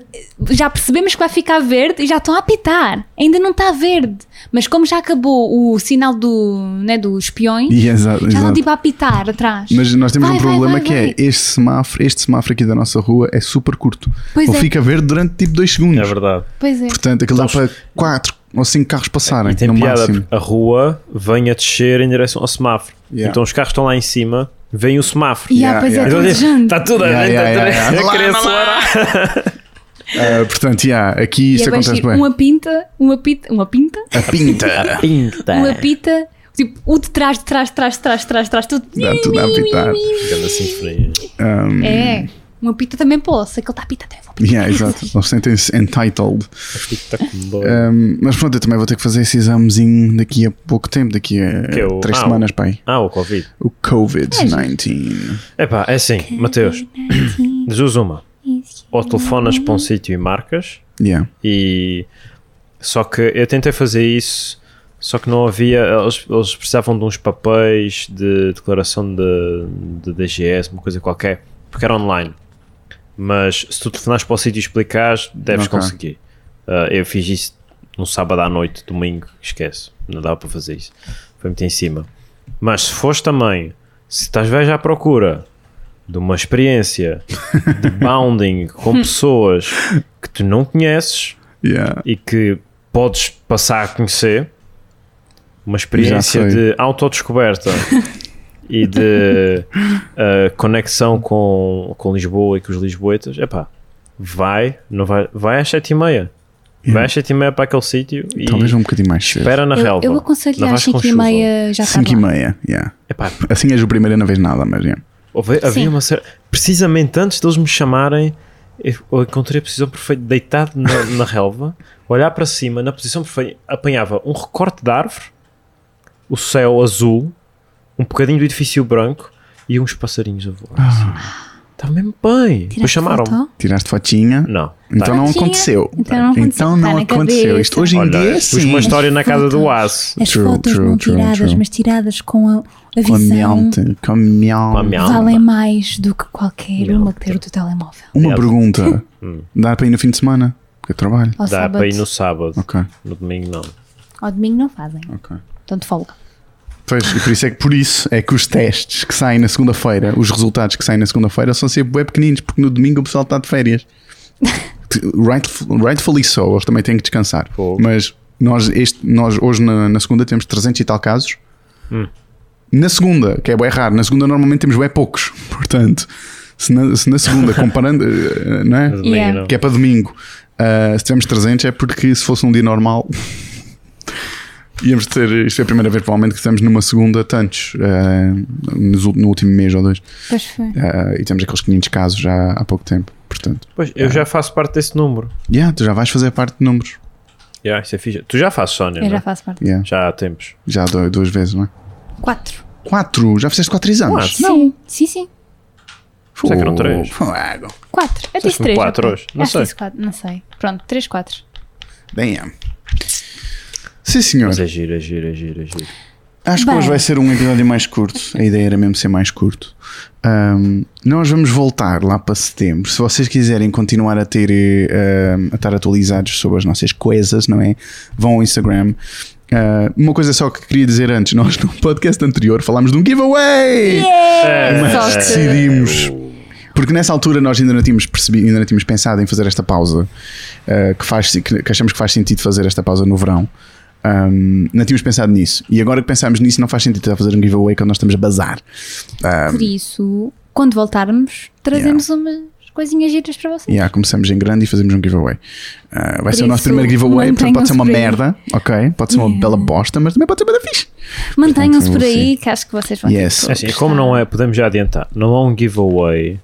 Speaker 2: já percebemos que vai ficar verde e já estão a apitar. Ainda não está verde. Mas como já acabou o sinal do, né, dos peões,
Speaker 1: E exato,
Speaker 2: já estão
Speaker 1: exato.
Speaker 2: tipo a apitar atrás.
Speaker 1: Mas nós temos
Speaker 2: Vai,
Speaker 1: um
Speaker 2: vai,
Speaker 1: problema
Speaker 2: vai,
Speaker 1: que
Speaker 2: vai.
Speaker 1: é este semáforo, este semáforo aqui da nossa rua é super curto.
Speaker 2: Pois
Speaker 1: Ele
Speaker 2: é.
Speaker 1: fica verde durante tipo 2
Speaker 3: É
Speaker 1: segundos.
Speaker 3: verdade.
Speaker 2: Pois é.
Speaker 1: Portanto, aquilo dá
Speaker 3: Então,
Speaker 1: para 4 ou 5 carros passarem
Speaker 3: E tem
Speaker 1: é no
Speaker 3: piada
Speaker 1: máximo.
Speaker 3: porque a rua vem a descer em direção ao semáforo.
Speaker 1: Yeah.
Speaker 3: Então os carros estão lá em cima, vem o semáforo.
Speaker 2: E
Speaker 1: Yeah,
Speaker 2: há, pois
Speaker 1: yeah.
Speaker 2: é,
Speaker 3: Então,
Speaker 2: toda
Speaker 3: diz,
Speaker 2: gente.
Speaker 3: Está tudo a
Speaker 1: Yeah,
Speaker 3: gente
Speaker 1: yeah,
Speaker 3: a-
Speaker 1: yeah, yeah.
Speaker 3: a querer acelerar.
Speaker 1: Ah, portanto, yeah, aqui
Speaker 2: E
Speaker 1: isso
Speaker 2: é bem
Speaker 1: acontece
Speaker 2: giro.
Speaker 1: bem.
Speaker 2: Uma pinta, uma pinta, uma pinta,
Speaker 1: A pinta.
Speaker 3: Pinta.
Speaker 2: uma pita, tipo, o de trás, de trás, de trás, de trás, de trás, de trás, tudo.
Speaker 1: Dá tudo a apitar.
Speaker 3: Grande sinfonia.
Speaker 1: Um,
Speaker 2: É, uma pita também posso, é aquele está a pita também vou apitar.
Speaker 1: Yeah, exato. Eles sentem-se entitled.
Speaker 3: Está com dor.
Speaker 1: Um, mas pronto, eu também vou ter que fazer esse examezinho daqui a pouco tempo, daqui a
Speaker 3: Que é o-
Speaker 1: três
Speaker 3: ah,
Speaker 1: semanas, pai.
Speaker 3: Ah, o Covid.
Speaker 1: O Covid-19.
Speaker 3: Epá, é assim, Mateus, Jesus uma. Ou telefonas para um sítio e marcas,
Speaker 1: Yeah.
Speaker 3: e só que eu tentei fazer isso, só que não havia. Eles, eles precisavam de uns papéis de declaração de, de DGS, uma coisa qualquer, porque era online. Mas se tu telefonares para o sítio e explicares, deves
Speaker 1: Ok.
Speaker 3: conseguir. Ah, eu fiz isso num sábado à noite, domingo, esquece, não dava para fazer isso. Foi muito em cima. Mas se fores também, se estás veja à procura de uma experiência de bounding com pessoas que tu não conheces
Speaker 1: Yeah.
Speaker 3: e que podes passar a conhecer, uma experiência
Speaker 1: Já sei.
Speaker 3: de autodescoberta e de uh, conexão com, com Lisboa e com os lisboetas, epá, vai, não vai, vai às sete e meia. Vai às sete e meia para aquele sítio e
Speaker 1: Talvez um bocadinho mais cedo.
Speaker 3: espera na
Speaker 2: Eu,
Speaker 3: relva.
Speaker 2: eu
Speaker 3: Não
Speaker 2: aconselho às
Speaker 3: vais com
Speaker 2: 5 e
Speaker 3: chuva.
Speaker 2: meia já tá está
Speaker 1: 5 e
Speaker 2: lá.
Speaker 1: meia. Yeah.
Speaker 3: Epá,
Speaker 1: Assim és o primeiro e não vês nada, mas yeah.
Speaker 3: Houve-
Speaker 2: Sim.
Speaker 3: havia uma certa. Precisamente antes deles me chamarem, eu encontrei a posição perfeita, deitado na, na relva, olhar para cima, na posição perfeita, apanhava um recorte de árvore, o céu azul, um bocadinho do edifício branco e uns passarinhos a voar.
Speaker 1: Ah.
Speaker 3: Está mesmo bem. Depois
Speaker 2: Tiraste
Speaker 3: chamaram-me.
Speaker 2: foto?
Speaker 1: tiraste fotinha.
Speaker 3: Não. Tá.
Speaker 1: Então não
Speaker 2: Fotinha.
Speaker 1: aconteceu.
Speaker 2: Então não aconteceu.
Speaker 1: Então não
Speaker 2: Tá na
Speaker 1: aconteceu.
Speaker 2: cabeça.
Speaker 1: Isto hoje em
Speaker 3: Olha,
Speaker 1: dia é
Speaker 3: pus uma
Speaker 1: assim.
Speaker 3: história na casa do aço.
Speaker 2: As
Speaker 1: True,
Speaker 2: fotos
Speaker 1: true,
Speaker 2: não
Speaker 1: true,
Speaker 2: tiradas,
Speaker 1: true.
Speaker 2: mas tiradas com a, a
Speaker 1: Com a
Speaker 2: visão
Speaker 1: miaute, com a miaute.
Speaker 3: Com a miaute.
Speaker 2: valem mais do que qualquer uma
Speaker 3: Miaute.
Speaker 2: que ter o teu telemóvel.
Speaker 1: Uma
Speaker 3: Miaute.
Speaker 1: pergunta.
Speaker 3: Hum.
Speaker 1: Dá para ir no fim de semana? Porque eu trabalho.
Speaker 2: Ao
Speaker 3: Dá
Speaker 2: um sábado,
Speaker 3: para ir no sábado.
Speaker 1: Ok,
Speaker 3: No domingo não.
Speaker 2: ao domingo não fazem,
Speaker 1: ok.
Speaker 2: tanto folga.
Speaker 1: Pois, e por isso é que por isso é que os testes que saem na segunda-feira, os resultados que saem na segunda-feira são sempre bem pequeninos, porque no domingo o pessoal está de férias. Rightful- Rightfully so, eles também têm que descansar.
Speaker 3: Fogo.
Speaker 1: Mas nós, este, nós hoje na, na segunda temos 300 e tal casos. Na segunda, que é bem raro, na segunda normalmente temos bem poucos. Portanto, se na, se na segunda, comparando, eh, não é?
Speaker 3: No domingo
Speaker 2: Yeah.
Speaker 3: não.
Speaker 1: que é para domingo. Uh, se tivermos 300 é porque se fosse um dia normal íamos ter, isto é a primeira vez provavelmente que estamos numa segunda tantos uh, nos ul- no último mês ou dois
Speaker 2: Pois foi.
Speaker 1: Uh, e temos aqueles 500 casos já há pouco tempo, portanto
Speaker 3: Pois, eu já faço parte desse número.
Speaker 1: yeah, tu já vais fazer parte de números
Speaker 3: Eu Yeah, isso é fixe. Tu já fazes Sónia,
Speaker 2: Eu
Speaker 3: né?
Speaker 2: já faço parte.
Speaker 1: Yeah.
Speaker 3: já há tempos.
Speaker 1: Já do- duas vezes, não é?
Speaker 2: Quatro.
Speaker 1: Quatro? Já fizeste quatro exames?
Speaker 3: Quatro.
Speaker 2: Não. Sim, sim.
Speaker 1: Fogo.
Speaker 3: Será que eram três?
Speaker 1: Fogo.
Speaker 2: Quatro. Eu
Speaker 3: Vocês
Speaker 2: disse
Speaker 3: são
Speaker 2: três.
Speaker 3: quatro
Speaker 2: ok.
Speaker 3: hoje? Não
Speaker 2: Acho que
Speaker 3: sei.
Speaker 2: disse quatro, Não sei. Pronto, três, quatro.
Speaker 1: Damn. Sim, senhor.
Speaker 3: Mas é giro, é giro, é giro, é giro.
Speaker 1: Acho que
Speaker 2: Bem.
Speaker 1: hoje vai ser um episódio mais curto. A ideia era mesmo ser mais curto. Ahm, nós vamos voltar lá para setembro. Se vocês quiserem continuar a ter eh, ahm, a estar atualizados sobre as nossas coisas, não é? Vão ao Instagram. Ah, uma coisa só que queria dizer antes: nós no podcast anterior falámos de um giveaway!
Speaker 3: É,
Speaker 1: Mas
Speaker 2: Sorte.
Speaker 1: decidimos. Porque nessa altura nós ainda não tínhamos percebido, ainda não tínhamos pensado em fazer esta pausa, uh, que, faz, que, que achamos que faz sentido fazer esta pausa no verão. Um, não tínhamos pensado nisso. E agora que pensámos nisso, não faz sentido estar a fazer um giveaway quando nós estamos a bazar.
Speaker 2: Por isso, quando voltarmos, trazemos umas coisinhas giras para vocês.
Speaker 1: E ah, começamos em grande e fazemos um giveaway. Uh, vai ser o nosso
Speaker 2: isso,
Speaker 1: primeiro giveaway, portanto pode ser uma
Speaker 2: mantenham-se por
Speaker 1: merda, ok? Pode ser uma
Speaker 2: Yeah.
Speaker 1: bela bosta, mas também pode ser uma da fixe.
Speaker 2: Mantenham-se por
Speaker 1: Portanto,
Speaker 2: aí, que acho que vocês vão
Speaker 1: assim. Yes.
Speaker 3: É
Speaker 2: ter.
Speaker 3: assim, como não é, podemos já adiantar, não há um giveaway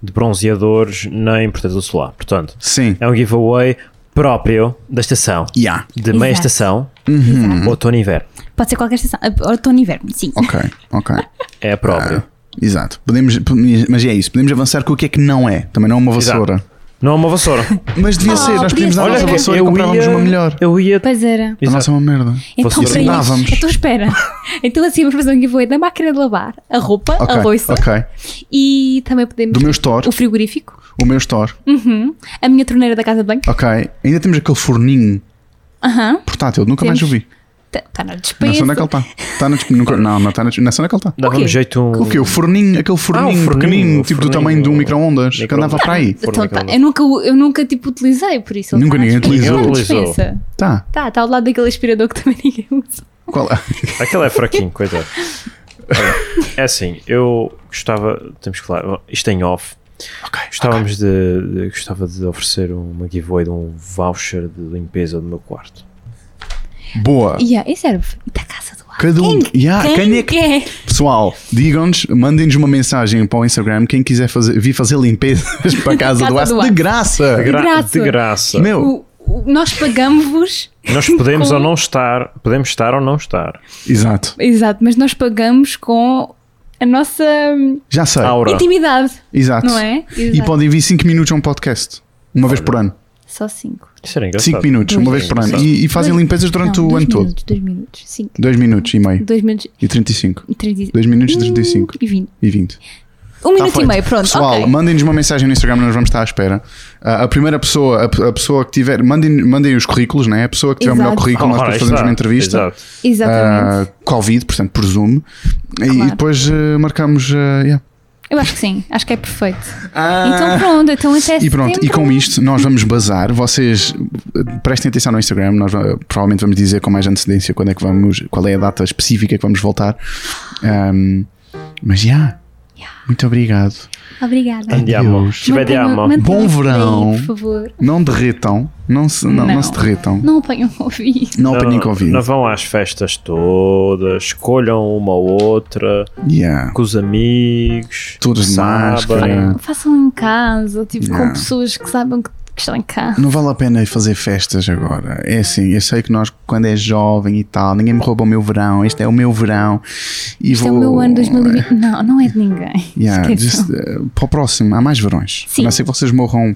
Speaker 3: de bronzeadores nem protetor solar. Portanto,
Speaker 1: Sim.
Speaker 3: é um giveaway próprio da estação,
Speaker 1: Yeah.
Speaker 3: de meia
Speaker 2: Exato.
Speaker 3: estação,
Speaker 1: Uhum.
Speaker 2: Exato.
Speaker 3: outono e inverno.
Speaker 2: Pode ser qualquer estação. Ah, Outono e inverno, sim.
Speaker 1: Ok, ok. Ah,
Speaker 3: É a própria.
Speaker 1: Exato. Podemos, mas é isso, podemos avançar com o que é que não é. Também não é uma
Speaker 3: Exato.
Speaker 1: vassoura.
Speaker 3: Não é uma vassoura.
Speaker 1: Mas devia
Speaker 2: Oh,
Speaker 1: ser, nós
Speaker 2: podia
Speaker 1: podíamos
Speaker 2: ser.
Speaker 1: dar a nossa
Speaker 2: Olha,
Speaker 1: vassoura e comprávamos uma melhor.
Speaker 3: Eu ia.
Speaker 2: Pois era.
Speaker 1: A
Speaker 3: Exato.
Speaker 1: nossa é uma merda.
Speaker 2: Então,
Speaker 3: Fosse
Speaker 2: para
Speaker 1: assim,
Speaker 2: isso,
Speaker 1: dávamos.
Speaker 2: então espera. Então assim, vamos fazer um giveaway da máquina de lavar, a roupa,
Speaker 1: Ok,
Speaker 2: a louça
Speaker 1: ok.
Speaker 2: e também podemos...
Speaker 1: Do meu store,
Speaker 2: O frigorífico,
Speaker 1: o meu store.
Speaker 2: uhum. a minha torneira da casa de banho.
Speaker 1: Ok. Ainda temos aquele forninho
Speaker 2: Aham.
Speaker 1: portátil, nunca mais
Speaker 2: Temos.
Speaker 1: ouvi.
Speaker 2: Tá- Tá na
Speaker 1: Não sei
Speaker 2: despensa.
Speaker 1: onde é que ele está. Está na nunca- Não, não está na Não sei onde é que ele está.
Speaker 3: Dava-me
Speaker 2: O quê?
Speaker 3: jeito um.
Speaker 1: O quê? O forninho, aquele forninho,
Speaker 3: forninho,
Speaker 1: pequenino,
Speaker 3: o
Speaker 1: tipo do
Speaker 3: forninho.
Speaker 1: tamanho de um micro-ondas, que
Speaker 3: Micro-
Speaker 1: andava para aí.
Speaker 3: Forno
Speaker 2: Então, tá,
Speaker 3: microondas.
Speaker 2: eu, nunca, o- eu nunca tipo utilizei, por isso. ele
Speaker 1: Nunca
Speaker 2: tá na
Speaker 1: ninguém
Speaker 2: despensa.
Speaker 3: utilizou.
Speaker 2: Tá na despensa.
Speaker 1: Tá.
Speaker 2: Tá, tá ao lado daquele aspirador que também ninguém usa.
Speaker 1: Qual
Speaker 3: Aquele é fraquinho, coitado. Olha, É assim, eu gostava. Temos que falar. Isto é em off.
Speaker 1: Ok.
Speaker 3: Gostávamos de, de- Gostava de oferecer uma giveaway de um voucher de limpeza do meu quarto.
Speaker 1: Boa.
Speaker 2: E yeah, isso era da casa do ar.
Speaker 1: Cada um. Yeah,
Speaker 2: quem
Speaker 1: quem é que-
Speaker 2: quer?
Speaker 1: Pessoal, digam-nos, mandem-nos uma mensagem para o Instagram. Quem quiser fazer, vir fazer limpezas para a casa do
Speaker 2: Casa
Speaker 1: Aço
Speaker 2: tá do
Speaker 1: de
Speaker 2: Aço.
Speaker 1: graça.
Speaker 3: Gra-
Speaker 2: graça.
Speaker 3: De graça.
Speaker 1: Meu,
Speaker 2: O- o- nós pagamos-vos.
Speaker 3: Nós podemos
Speaker 2: Com-
Speaker 3: ou não estar. Podemos estar ou não estar.
Speaker 1: exato.
Speaker 2: Exato, mas nós pagamos com a nossa hum,
Speaker 1: Já sei.
Speaker 3: Aura.
Speaker 2: intimidade,
Speaker 1: Exato.
Speaker 2: não é?
Speaker 1: Ah, E podem vir 5 minutos a um podcast. Uma vez por ano.
Speaker 2: Só cinco.
Speaker 3: Isso era engraçado.
Speaker 1: 5 minutos, uma
Speaker 2: Dois
Speaker 1: vez por ano.
Speaker 3: minutos.
Speaker 1: E, e fazem
Speaker 2: Dois-
Speaker 1: limpezas durante
Speaker 2: Não,
Speaker 1: o
Speaker 2: dois
Speaker 1: ano todo.
Speaker 2: minutos, Dois minutos, cinco.
Speaker 1: 2 minutos e meio.
Speaker 2: Dois minutos
Speaker 1: E 35.
Speaker 2: e trinta e-
Speaker 1: 2 minutos e 35.
Speaker 2: E vinte.
Speaker 1: E 20.
Speaker 2: Hum. Um
Speaker 1: Tá
Speaker 2: minuto e
Speaker 1: feito.
Speaker 2: meio, pronto.
Speaker 1: Pessoal,
Speaker 2: ok.
Speaker 1: mandem-nos uma mensagem no Instagram, nós vamos estar à espera. Ah, a primeira pessoa, a, a pessoa que tiver, mandem, mandem os currículos, né? A pessoa que tiver o melhor
Speaker 2: Exato.
Speaker 1: currículo, nós
Speaker 3: Ora,
Speaker 1: depois
Speaker 3: aí
Speaker 1: fazemos
Speaker 3: está.
Speaker 1: uma entrevista.
Speaker 3: Exato.
Speaker 2: Exatamente.
Speaker 1: Ah, Covid, portanto, por Zoom. E- E,
Speaker 2: Claro.
Speaker 1: depois ah, marcamos. ah, yeah.
Speaker 2: Eu acho que sim, acho que é perfeito. Então pronto, então até
Speaker 1: Ah. E pronto, e com isto nós vamos bazar. Vocês eh, prestem atenção no Instagram, nós va- provavelmente vamos dizer com mais antecedência quando é que vamos, qual é a data específica que vamos voltar. Ahm, mas já. Muito obrigado.
Speaker 2: Obrigada.
Speaker 3: Andiamo.
Speaker 1: Adeus.
Speaker 3: Ci vediamo.
Speaker 1: Ah, Bom verão.
Speaker 2: Aí, por favor.
Speaker 1: Não derretam, não se, não, não
Speaker 2: Não.
Speaker 1: se derretam. Não,
Speaker 2: Não apanham o Covid.
Speaker 1: apanhem Covid.
Speaker 3: não vão às festas todas, escolham uma ou outra,
Speaker 1: Yeah.
Speaker 3: com os amigos,
Speaker 1: Todos de máscara.
Speaker 2: Façam em casa, tipo,
Speaker 1: Yeah.
Speaker 2: com pessoas que saibam que, que estão em casa.
Speaker 1: Não vale a pena fazer festas agora. É assim, eu sei que nós, quando é jovem e tal, ninguém me rouba o meu verão. Este é o meu verão. E
Speaker 2: Este
Speaker 1: vou...
Speaker 2: é o meu ano 2020. Não, não é de ninguém.
Speaker 1: Yeah,
Speaker 2: Esqueçam.
Speaker 1: just, uh, para o próximo, há mais verões.
Speaker 2: Sim.
Speaker 1: A não ser que vocês morram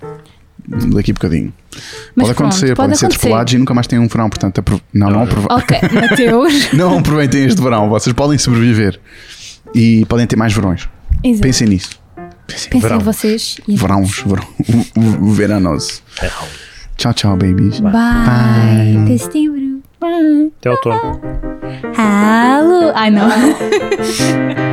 Speaker 1: daqui a bocadinho.
Speaker 2: Mas
Speaker 1: pode
Speaker 2: pronto,
Speaker 1: acontecer, podem ser despolados e nunca mais têm um verão, portanto, apro- não, não, aprove-
Speaker 2: Ok, Mateus.
Speaker 1: não aproveitem este verão. Vocês podem sobreviver e podem ter mais verões.
Speaker 2: Exato. Pensem,
Speaker 1: Pensem nisso. Pensem.
Speaker 2: em
Speaker 3: verão.
Speaker 2: vocês. E...
Speaker 1: Verões, verão, o- o- o veranos.
Speaker 3: Erram.
Speaker 1: Tchau, tchau, babies.
Speaker 2: Bye. Até setembro. Bye.
Speaker 3: Até outono.
Speaker 2: Alô. Ai, não.